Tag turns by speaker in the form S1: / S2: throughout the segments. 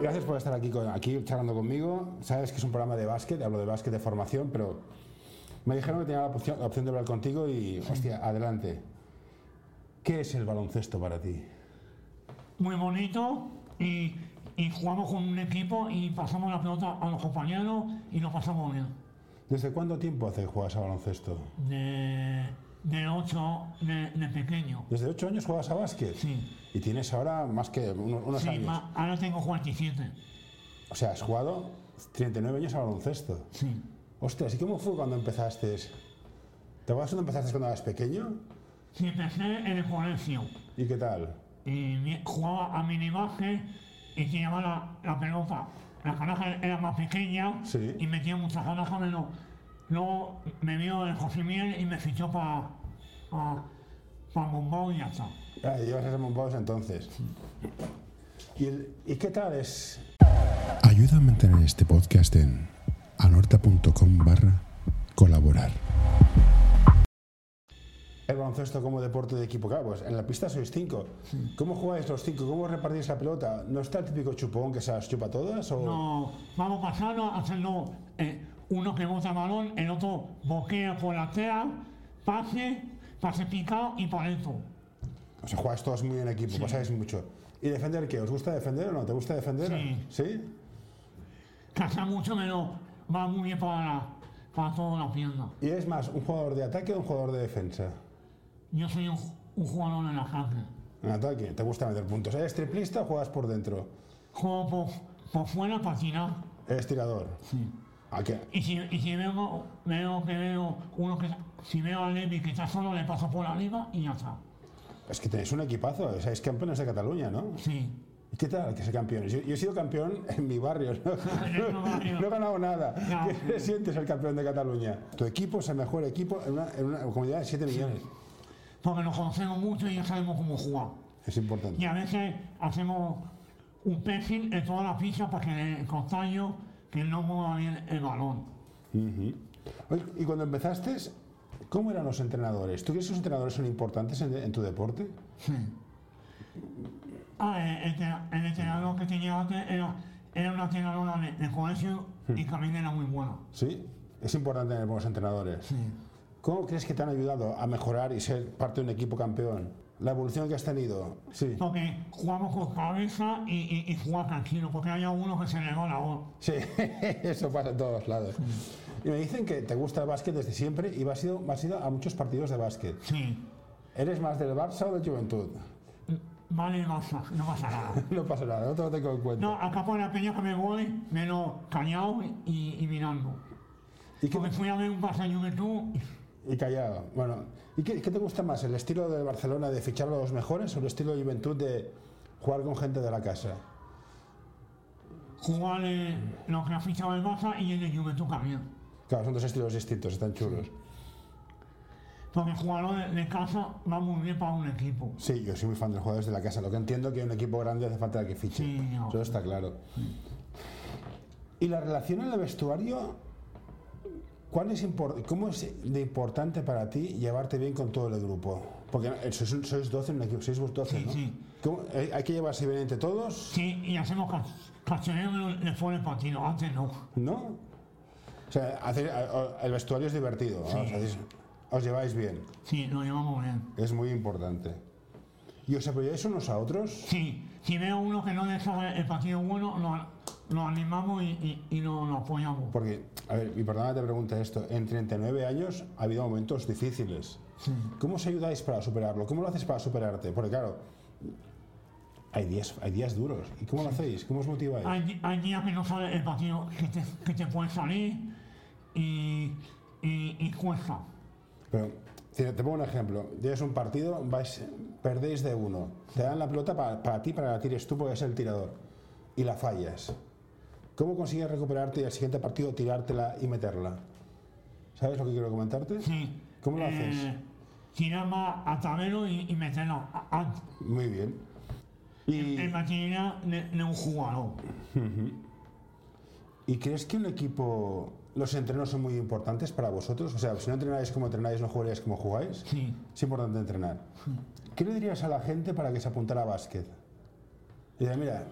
S1: Gracias por estar aquí, con- aquí charlando conmigo. Sabes que es un programa de básquet, hablo de básquet de formación, pero me dijeron que tenía la opción, la opción de hablar contigo y, hostia, adelante. ¿Qué es el baloncesto para ti?
S2: muy bonito y, y jugamos con un equipo y pasamos la pelota a los compañeros y lo pasamos bien.
S1: ¿Desde cuánto tiempo hace que juegas a baloncesto?
S2: De, de 8 de, de pequeño.
S1: ¿Desde 8 años juegas a básquet?
S2: Sí.
S1: Y tienes ahora más que uno- unos,
S2: Sí,
S1: años.
S2: ma- ahora tengo 47.
S1: O sea, has jugado 39 años a baloncesto.
S2: Sí.
S1: Ostras, ¿y cómo fue cuando empezaste? ¿Te acuerdas cuando empezaste cuando eras pequeño?
S2: Sí, empecé en el colegio
S1: ¿Y qué tal?
S2: y mi- jugaba a minibásquet y se llamaba la, la pelota. La canaja era más pequeña
S1: Sí.
S2: y metía muchas canajas, pero luego me vio el José Miguel y me fichó para pa, pa Bombón y ya está.
S1: Ah, y llevas a Monpaus entonces. ¿Y, el- ¿Y qué tal es
S3: Ayuda a mantener este podcast en anorta.com barra colaborar.
S1: el baloncesto como deporte de equipo? Claro, pues en la pista sois cinco. ¿Cómo jugáis los cinco? ¿Cómo repartís la pelota? ¿No está el típico chupón que se las chupa todas? O...
S2: No, vamos pasando, hacerlo eh, uno que bota balón, el otro boquea por la tela, pase, pase picado y paleto.
S1: O sea, jugáis todos muy en equipo, pasáis mucho. ¿Y defender qué? ¿Os gusta defender o no? ¿Te gusta defender?
S2: Sí.
S1: ¿Sí?
S2: Casa mucho, pero va muy bien para, para toda la pierna.
S1: ¿Y es más, un jugador de ataque o un jugador de defensa?
S2: Yo soy un, ju- un jugador en la calle.
S1: En ataque, te gusta meter puntos. ¿Eres triplista o juegas por dentro?
S2: Juego por, por fuera para tirar.
S1: ¿Eres tirador? ¿A qué?
S2: Y si, y si veo, veo que veo uno que si veo al Levi que está solo, le paso por arriba y ya está.
S1: Es que tenéis un equipazo, sois campeones de Cataluña, ¿no?
S2: Sí.
S1: ¿Qué tal que ser campeón? Yo, yo he sido campeón en mi barrio, ¿no?
S2: En tu barrio.
S1: No he ganado nada.
S2: Ya.
S1: ¿Qué te sientes el campeón de Cataluña? Tu equipo es el mejor equipo en una, en una comunidad de 7 millones.
S2: Porque nos conocemos mucho y ya sabemos cómo jugar.
S1: Es importante.
S2: Y a veces hacemos un perfil de toda la ficha para que el contrario que no mueva bien el balón.
S1: Oye, Y cuando empezaste, ¿cómo eran los entrenadores? ¿Tú crees que los entrenadores son importantes en, en tu deporte?
S2: Sí. Ah, el, el te- el entrenador que tenía antes era, era una entrenadora de, de colegio y también era muy buena.
S1: ¿Sí? Es importante tener buenos entrenadores.
S2: Sí.
S1: ¿Cómo crees que te han ayudado a mejorar y ser parte de un equipo campeón? La evolución que has tenido. Sí.
S2: Porque jugamos con cabeza y, y, y jugar tranquilo, porque hay algunos que se le va la voz.
S1: Sí, eso pasa en todos lados. Y me dicen que te gusta el básquet desde siempre y vas ido, has ido a muchos partidos de básquet.
S2: Sí.
S1: ¿Eres más del Barça o del Juventud?
S2: Vale, pasa, no pasa nada.
S1: No pasa nada, no te lo tengo en cuenta.
S2: No, acá por la peña que me voy, menos cañado y, y mirando.
S1: ¿Y, qué,
S2: Porque fui a ver un Barça Juventud
S1: y callado. Bueno, ¿y qué, qué te gusta más? ¿El estilo de Barcelona de fichar a los mejores o el estilo de Juventud de jugar con gente de la casa?
S2: jugar eh, lo que ha fichado el Barça y el de Juventud también.
S1: Claro, son dos estilos distintos, están chulos.
S2: Porque jugarlo de, de casa va muy bien para un equipo.
S1: Sí, yo soy muy fan de los jugadores de la casa. Lo que entiendo es que un equipo grande hace falta que fiche.
S2: Sí, no. Mm.
S1: Eso está claro. ¿Y la relación en el vestuario? ¿Cuál es impor- ¿Cómo es de importante para ti llevarte bien con todo el grupo? Porque eh, sois, un- sois 12 en un equipo, sois vos 12,
S2: Sí,
S1: ¿no?
S2: sí.
S1: ¿Cómo- eh, ¿Hay que llevarse bien entre todos?
S2: Sí, y hacemos cachoneo después del partido, antes no.
S1: ¿No? O sea, hacer- a- a- el vestuario es divertido. ¿no? Os, hacéis- os lleváis bien.
S2: Sí, lo llevamos bien.
S1: Es muy importante. ¿Y os apoyáis unos a otros?
S2: Sí, si veo uno que no le sale el partido bueno, lo, lo animamos y, y, y lo, lo apoyamos.
S1: Porque, a ver, y perdona que te pregunte esto, en 39 años ha habido momentos difíciles. ¿Cómo os ayudáis para superarlo? ¿Cómo lo haces para superarte? Porque claro, hay días, hay días duros. ¿Y cómo lo hacéis? ¿Cómo os motiváis?
S2: Hay, di- hay días que no sale el partido que te, que te puede salir y, y, y cuesta.
S1: Pero, te, te pongo un ejemplo. Tienes un partido, vais, perdéis de uno. Te dan la pelota pa- para ti, para que la tires tú, porque es el tirador. Y la fallas. ¿Cómo consigues recuperarte y al siguiente partido tirártela y meterla? O sea, ¿Sabes lo que quiero comentarte?
S2: Sí. Eh,
S1: ¿Cómo lo haces?
S2: Tirar más a tabelo y, y meterlo a- antes.
S1: Muy bien. Y,
S2: El maquinera de, de un jugador.
S1: ¿y crees que un equipo, los entrenos son muy importantes para vosotros? O sea, si no entrenáis como entrenáis, no jugaríais como jugáis.
S2: Sí.
S1: Es importante entrenar. ¿Qué le dirías a la gente para que se apuntara a básquet? Y diría, mira,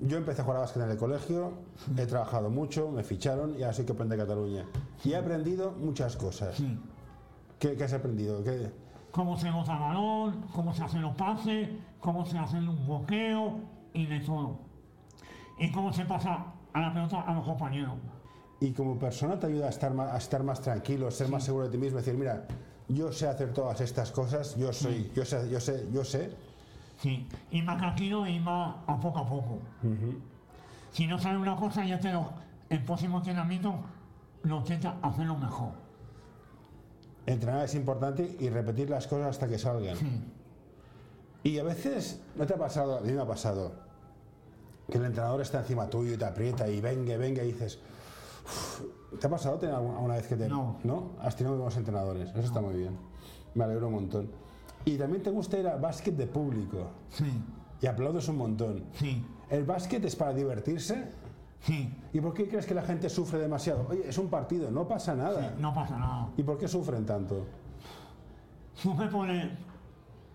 S1: yo empecé a jugar a básquet en el colegio, he trabajado mucho, me ficharon y ahora soy que aprende Cataluña. Y he aprendido muchas cosas.
S2: Sí.
S1: ¿Qué, qué has aprendido? ¿Qué-
S2: Cómo se goza balón, cómo se hacen los pases, cómo se hace un bloqueo y de todo. Y cómo se pasa a la pelota a los compañeros.
S1: Y como persona te ayuda a estar más, a estar más tranquilo, ser más seguro de ti mismo, decir, mira, yo sé hacer todas estas cosas, yo soy, yo sé, yo sé, yo sé.
S2: Sí. Y más tranquilo y más a poco a poco. Si no sabes una cosa, ya te lo, el próximo entrenamiento lo intenta hacerlo mejor.
S1: Entrenar es importante y repetir las cosas hasta que salgan. Y a veces, ¿no te ha pasado? A mí me ha pasado. Que el entrenador está encima tuyo y te aprieta y venga, venga y dices... "Uf". ¿Te ha pasado tener alguna alguna vez que te...
S2: No.
S1: Has tenido buenos entrenadores. Eso está muy bien. Me alegro un montón. Y también te gusta ir al básquet de público.
S2: Sí,
S1: Y aplaudes un montón.
S2: sí,
S1: ¿El básquet es para divertirse?
S2: sí.
S1: ¿Y por qué crees que la gente sufre demasiado? Oye, es un partido, no pasa nada.
S2: No pasa nada.
S1: ¿Y por qué sufren tanto?
S2: Sufre por el,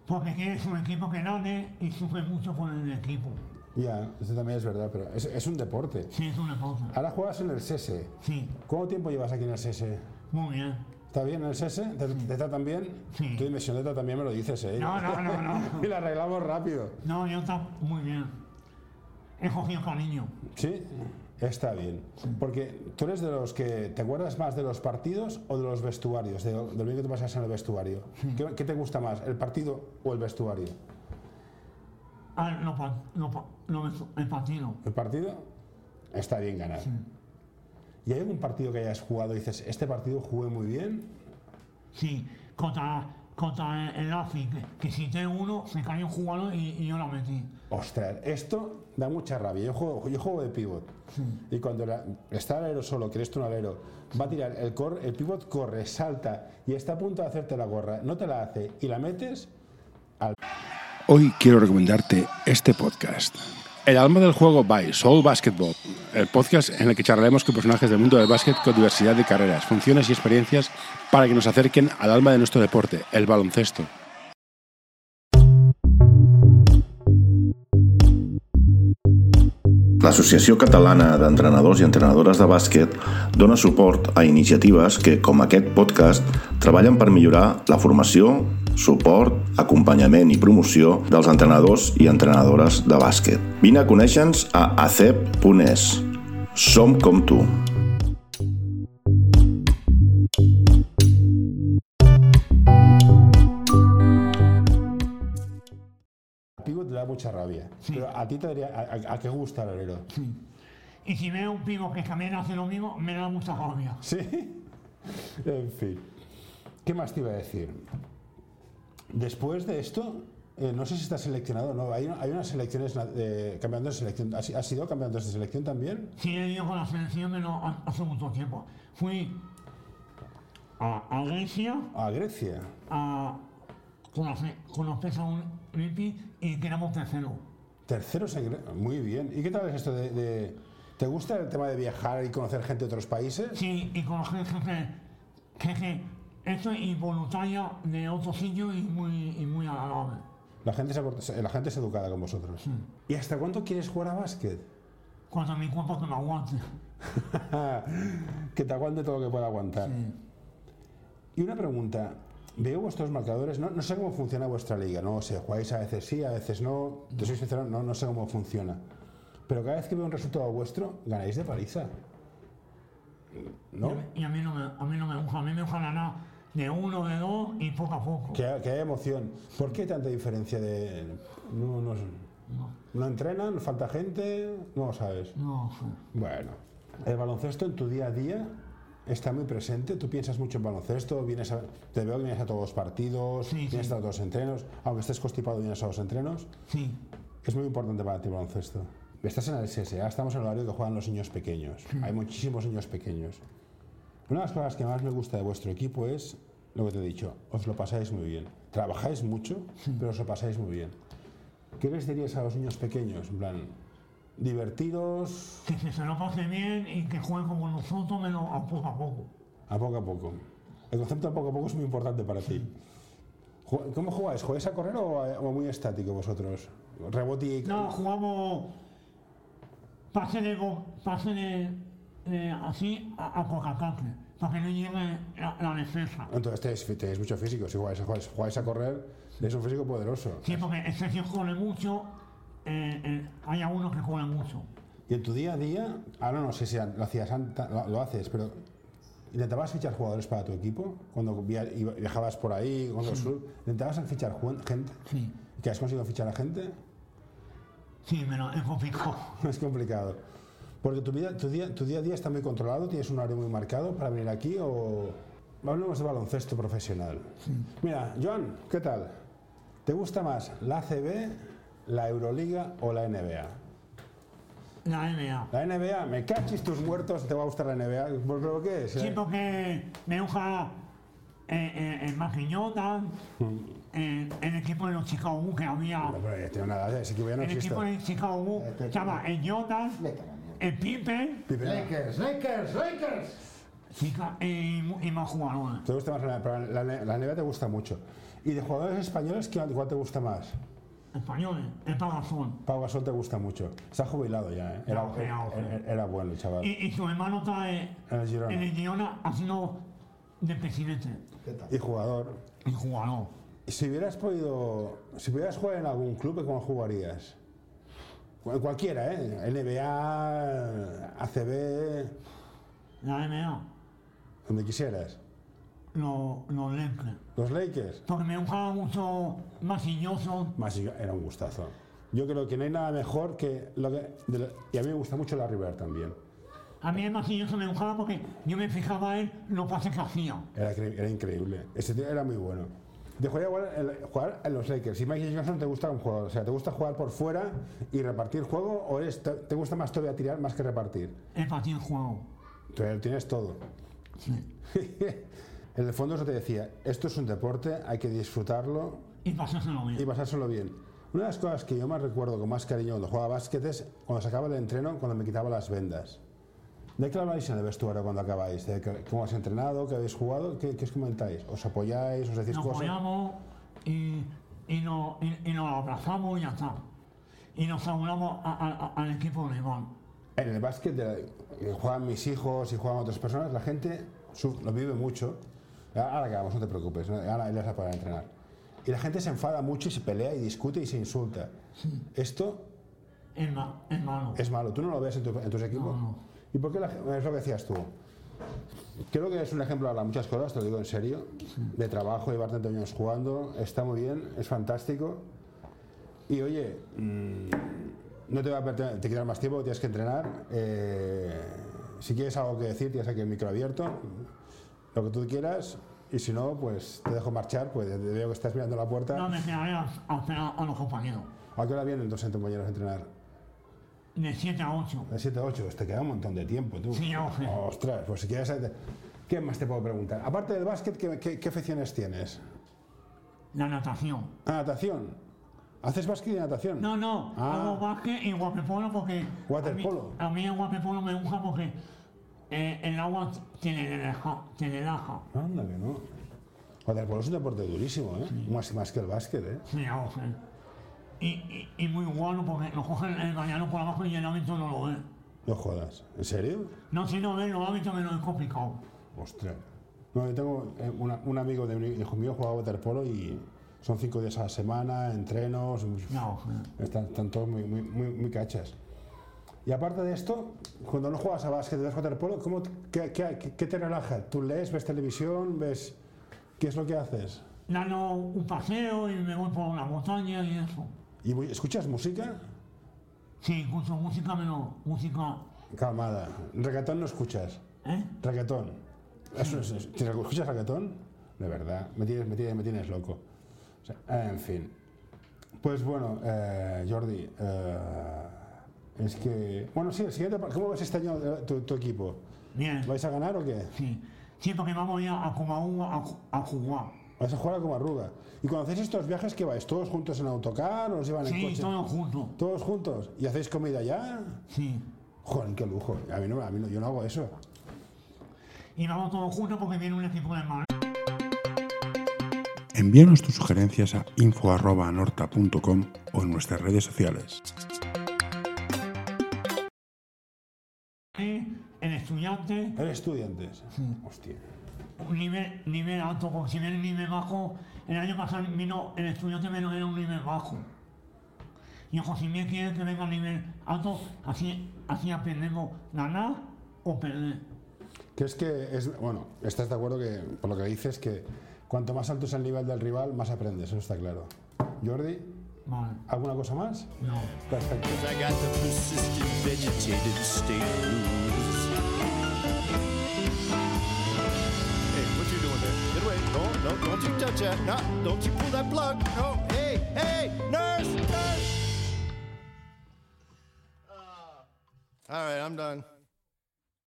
S2: porque quiere su equipo que gane y sufre mucho por el equipo.
S1: Ya, eso también es verdad, pero es, es un deporte.
S2: Sí, es una cosa.
S1: Ahora juegas en el CS.
S2: Sí,
S1: ¿Cuánto tiempo llevas aquí en el CS?
S2: muy bien.
S1: ¿Está bien en el CS? ¿Te, te tratan bien?
S2: Sí.
S1: Tu dimensión de también me lo dices, ¿eh?
S2: No, no, no, no.
S1: y la arreglamos rápido.
S2: No, yo está muy bien. He cogido cariño.
S1: ¿Sí? Está bien. Porque tú eres de los que te acuerdas más de los partidos o de los vestuarios, de- del bien que te pasas en el vestuario. ¿Qué, qué te gusta más, el partido o el vestuario?
S2: Ah, lo, pa- lo, pa- lo ves- el partido.
S1: El partido está bien ganado. ¿Y hay algún partido que hayas jugado y dices, este partido jugué muy bien?
S2: Sí, contra, contra el, el AFI, que, que si tiene uno, se cayó un jugador y, y yo la metí.
S1: Ostras, esto da mucha rabia. Yo juego, yo juego de pivot. Y cuando la- está el alero solo, que eres tú un alero, va a tirar, el, cor- el pivot corre, salta y está a punto de hacerte la gorra, no te la hace y la metes,
S4: Hoy quiero recomendarte este podcast. El alma del juego by Soul Basketball, el podcast en el que charlaremos con personajes del mundo del básquet con diversidad de carreras, funciones y experiencias para que nos acerquen al alma de nuestro deporte, el baloncesto.
S5: L'Associació Catalana d'Entrenadors i Entrenadores de Bàsquet dona suport a iniciatives que, com aquest podcast, treballen per millorar la formació, suport, acompanyament i promoció dels entrenadors i entrenadores de bàsquet. Vine a conèixer-nos a acep.es. Som com tu.
S1: al pivot le da mucha rabia. Pero a ti te daría, a, a- a qué gusta el alero.
S2: Y si veo un pivo que también hace lo mismo, me da mucha rabia.
S1: Sí. En fin. ¿Qué más te iba a decir? Después de esto, eh, no sé si está seleccionado o no. Hay, hay unas selecciones na- eh, cambiando de selección. ¿Has, has ido cambiando de selección también?
S2: Sí, he ido con la selección, pero ha- hace mucho tiempo. Fui a, a Grecia.
S1: A Grecia.
S2: a, con, los, con los pesos Olympic y quedamos tercero.
S1: Terceros en Gre- Muy bien. ¿Y qué tal es esto de, de- ¿Te gusta el tema de viajar y conocer gente de otros países?
S2: Sí, y con los jefes que, que, que esto es involuntario de otro sitio y muy, y muy agradable.
S1: La gente, se aporta- se- la gente es educada con vosotros. ¿Y hasta cuánto quieres jugar a básquet?
S2: Cuando mi cuerpo que me aguante.
S1: que te aguante todo lo que pueda aguantar. Y una pregunta. Veo vuestros marcadores, no, no sé cómo funciona vuestra liga, no sé, jugáis a veces sí, a veces no, te soy sincero, no, no sé cómo funciona. Pero cada vez que veo un resultado vuestro, ganáis de paliza. ¿No?
S2: Y a mí no me, a mí no me gusta, a mí me gusta ganar de uno, de dos y poco a poco.
S1: Que, que hay emoción. ¿Por qué tanta diferencia de... No, no, no entrenan, falta gente, no lo sabes.
S2: No sé.
S1: Bueno, el baloncesto en tu día a día está muy presente. Tú piensas mucho en baloncesto, vienes a, te veo que vienes a todos los partidos,
S2: Sí,
S1: vienes
S2: sí.
S1: a todos los entrenos, aunque estés constipado, vienes a los entrenos.
S2: Sí,
S1: Es muy importante para ti el baloncesto.
S2: Hmm.
S1: Estás en el SSA, estamos en el horario que juegan los niños pequeños. Hay muchísimos niños pequeños. Una de las cosas que más me gusta de vuestro equipo es lo que te he dicho, os lo pasáis muy bien. Trabajáis mucho,
S2: Hmm.
S1: pero os lo pasáis muy bien. ¿Qué les dirías a los niños pequeños? En plan, divertidos
S2: Que se lo pase bien y que juegue con nosotros, pero a poco a poco.
S1: a poco a poco. El concepto de poco a poco es muy importante para ti. Ju- ¿Cómo jugáis? ¿Jugáis a correr o, a- o muy estático vosotros? Rebote y...
S2: No, jugamos pase de, go- pase de, de así a, a contraataque, para que no llegue la, la defensa.
S1: Entonces tenéis, tenéis mucho físico. Si jugáis, jugáis, jugáis a correr, tenéis un físico poderoso.
S2: Sí, porque este que corre mucho, eh, eh, hay algunos que corren mucho.
S1: Y en tu día a día, ahora no sé si lo hacías anta- lo, lo haces, pero ¿intentabas fichar jugadores para tu equipo? Cuando via- iba- viajabas por ahí, cuando sur, ¿intentabas fichar ju- gente?
S2: Sí.
S1: ¿Que has conseguido fichar a gente?
S2: Sí, me lo he complicado.
S1: Es complicado. Porque tu, vida, tu, día, tu día a día está muy controlado, tienes un horario muy marcado para venir aquí o... Hablemos de baloncesto profesional. Mira, Joan, ¿qué tal? ¿Te gusta más la ACB, la Euroliga o la NBA?
S2: La NBA.
S1: La NBA, me cachis tus muertos, te va a gustar la NBA. ¿Por- ¿Pero qué es?
S2: Sí, porque me gusta eh, eh, el Magiñota, eh, el equipo de los Chicago Bulls que había.
S1: No, pero ya tiene una edad, ese equipo ya no
S2: el
S1: existe.
S2: equipo de Chicago Bulls
S6: Este
S2: estaba el Jordan,
S6: Vete a la mierda.
S2: el Pippen
S1: Pipe, no.
S6: Lakers, Lakers, Lakers.
S2: chica, y, mu- y más jugadores.
S1: Te gusta más la NBA, pero la, la- la NBA te gusta mucho. ¿Y de jugadores españoles qué- cuál te gusta más?
S2: Españoles, el Pagazón.
S1: Pau Gasol te gusta mucho. Se ha jubilado ya, ¿eh? Era,
S2: No, que no, que no.
S1: era- era bueno el chaval.
S2: Y, y su hermano está eh,
S1: En el Girona.
S2: en el Girona haciendo de presidente
S6: ¿Qué tal?
S1: Y jugador.
S2: y jugador.
S1: Si hubieras podido. Si pudieras jugar en algún club, ¿cómo jugarías? Cu- Cualquiera, ¿eh? NBA, ACB,
S2: La NBA,
S1: donde quisieras.
S2: los lo Lakers.
S1: Los Lakers.
S2: Porque me gustaba mucho Magic Johnson.
S1: Más yo- era un gustazo. Yo creo que no hay nada mejor que. Lo que de lo- y a mí me gusta mucho la River también.
S2: A mí el Magic Johnson me gustaba porque yo me fijaba en los pases que hacía.
S1: Era, cre- era increíble. Ese tío era muy bueno. Dejaría jugar en, jugar en los Lakers. Y Mike Johnson te gusta un jugador. O sea, ¿te gusta jugar por fuera y repartir juego o eres- te, te gusta más todavía tirar más que repartir?
S2: El partido en juego.
S1: Tú ya lo tienes todo.
S2: Sí.
S1: en el fondo eso te decía, esto es un deporte, hay que disfrutarlo
S2: Y pasárselo bien.
S1: y pasárselo bien. Una de las cosas que yo más recuerdo con más cariño cuando jugaba básquet es cuando sacaba el entreno, cuando me quitaba las vendas. ¿De qué habláis en el vestuario cuando acabáis? ¿De qué- cómo has entrenado? ¿Qué habéis jugado? ¿Qué, qué os comentáis? ¿Os apoyáis? ¿Os decís
S2: nos
S1: cosas?
S2: apoyamos y, y, nos, y, y nos abrazamos y ya está. Y nos unamos a- a- a- al equipo de rival.
S1: En el básquet de la- que juegan mis hijos y juegan otras personas, la gente su- lo vive mucho. Ahora que vamos, no te preocupes, ¿no? ahora les vas a poder entrenar. Y la gente se enfada mucho y se pelea y discute y se insulta. Esto
S2: Herma- Hermano.
S1: es malo. ¿Tú no lo ves en, tu- en tus equipos?
S2: No, no.
S1: ¿Y por qué la gen- es lo que decías tú? Creo que es un ejemplo para muchas cosas, te lo digo en serio, de trabajo, llevar tantos años jugando, está muy bien, es fantástico. Y oye, mm, no te va a perten- te quitar más tiempo, tienes que entrenar. eh, si quieres algo que decir, tienes aquí el micro abierto, lo que tú quieras. Y si no, pues te dejo marchar, pues te veo que estás mirando la puerta.
S2: No me quedaré a, a esperar a los compañeros.
S1: ¿A qué hora vienen entonces tus compañeros a entrenar?
S2: De 7 a 8.
S1: De 7 a 8, te queda un montón de tiempo, tú.
S2: Sí, ya, sí.
S1: Ostras, pues si quieres. ¿Qué más te puedo preguntar? Aparte del básquet, ¿qué, qué, qué aficiones tienes?
S2: La natación.
S1: Ah, natación. ¿Haces básquet y natación?
S2: No, no.
S1: Ah.
S2: Hago básquet y waterpolo porque...
S1: Waterpolo.
S2: A mí, a mí el waterpolo me gusta porque eh, el agua te relaja. Te relaja.
S1: Anda, que no. Waterpolo es un deporte durísimo, ¿eh? Más, más que el básquet, ¿eh?
S2: Sí, ya, sí. Y, y, y muy bueno porque lo cogen el bañano por abajo y el hábito no lo ve.
S1: No jodas. ¿En serio?
S2: No, si no ven los hábitos me lo es complicado.
S1: Ostras. No, yo tengo eh, una- un amigo de mi hijo mío jugaba waterpolo y son cinco días a la semana, entrenos.
S2: No,
S1: Están, están todos muy, muy, muy, muy cachas. Y aparte de esto, cuando no juegas a básquet, ves waterpolo, ¿cómo, te- qué, qué- qué te relaja? ¿Tú lees, ves televisión, ves qué es lo que haces?
S2: dando un paseo y me voy por una montaña y eso.
S1: ¿Y muy- escuchas música?
S2: Sí, escucho música, pero música,
S1: Calmada. Reggaetón no escuchas.
S2: ¿eh?
S1: Reggaetón. Eso es- es- ¿te ¿Escuchas reggaetón? De verdad, me tienes, me tienes, me tienes loco. O sea, en fin. Pues bueno, eh, Jordi, eh, es que... Bueno, sí, el siguiente... par- ¿Cómo ves este año eh, tu, tu equipo?
S2: Bien,
S1: ¿Vais a ganar o qué?
S2: sí. siempre que vamos a ir a Cumaúa a, ju- a jugar.
S1: Vais a jugar como arruga. ¿Y cuando hacéis estos viajes, qué vais? ¿Todos juntos en autocar o os llevan en
S2: Sí,
S1: coche?
S2: todos juntos.
S1: ¿Todos juntos? ¿Y hacéis comida ya?
S2: Sí.
S1: Joder, qué lujo. A mí no, a mí no, yo no hago eso.
S2: Y vamos todos juntos porque viene un equipo de Madrid.
S4: Envíanos tus sugerencias a info.norta.com o en nuestras redes sociales.
S2: El estudiante,
S1: Eres estudiantes.
S2: Hmm.
S1: Hostia.
S2: un nivel, nivel alto, porque si bien el nivel bajo, el año pasado vino, el estudiante menos era un nivel bajo. Y ojo, si bien quiere que venga a nivel alto, así, así aprendemos ganar o perder.
S1: Que es que, es, bueno, estás de acuerdo que, por lo que dices, que cuanto más alto es el nivel del rival, más aprendes, eso está claro. Jordi,
S2: Vale,
S1: ¿alguna cosa más?
S2: no.
S1: Perfecto.
S7: I got the persistent vegetated state blues. Hey, what you doing there? Get away. No, no, don't you touch that. No, don't you pull that plug. No, hey, hey, nurse, nurse. Uh, All right, I'm done.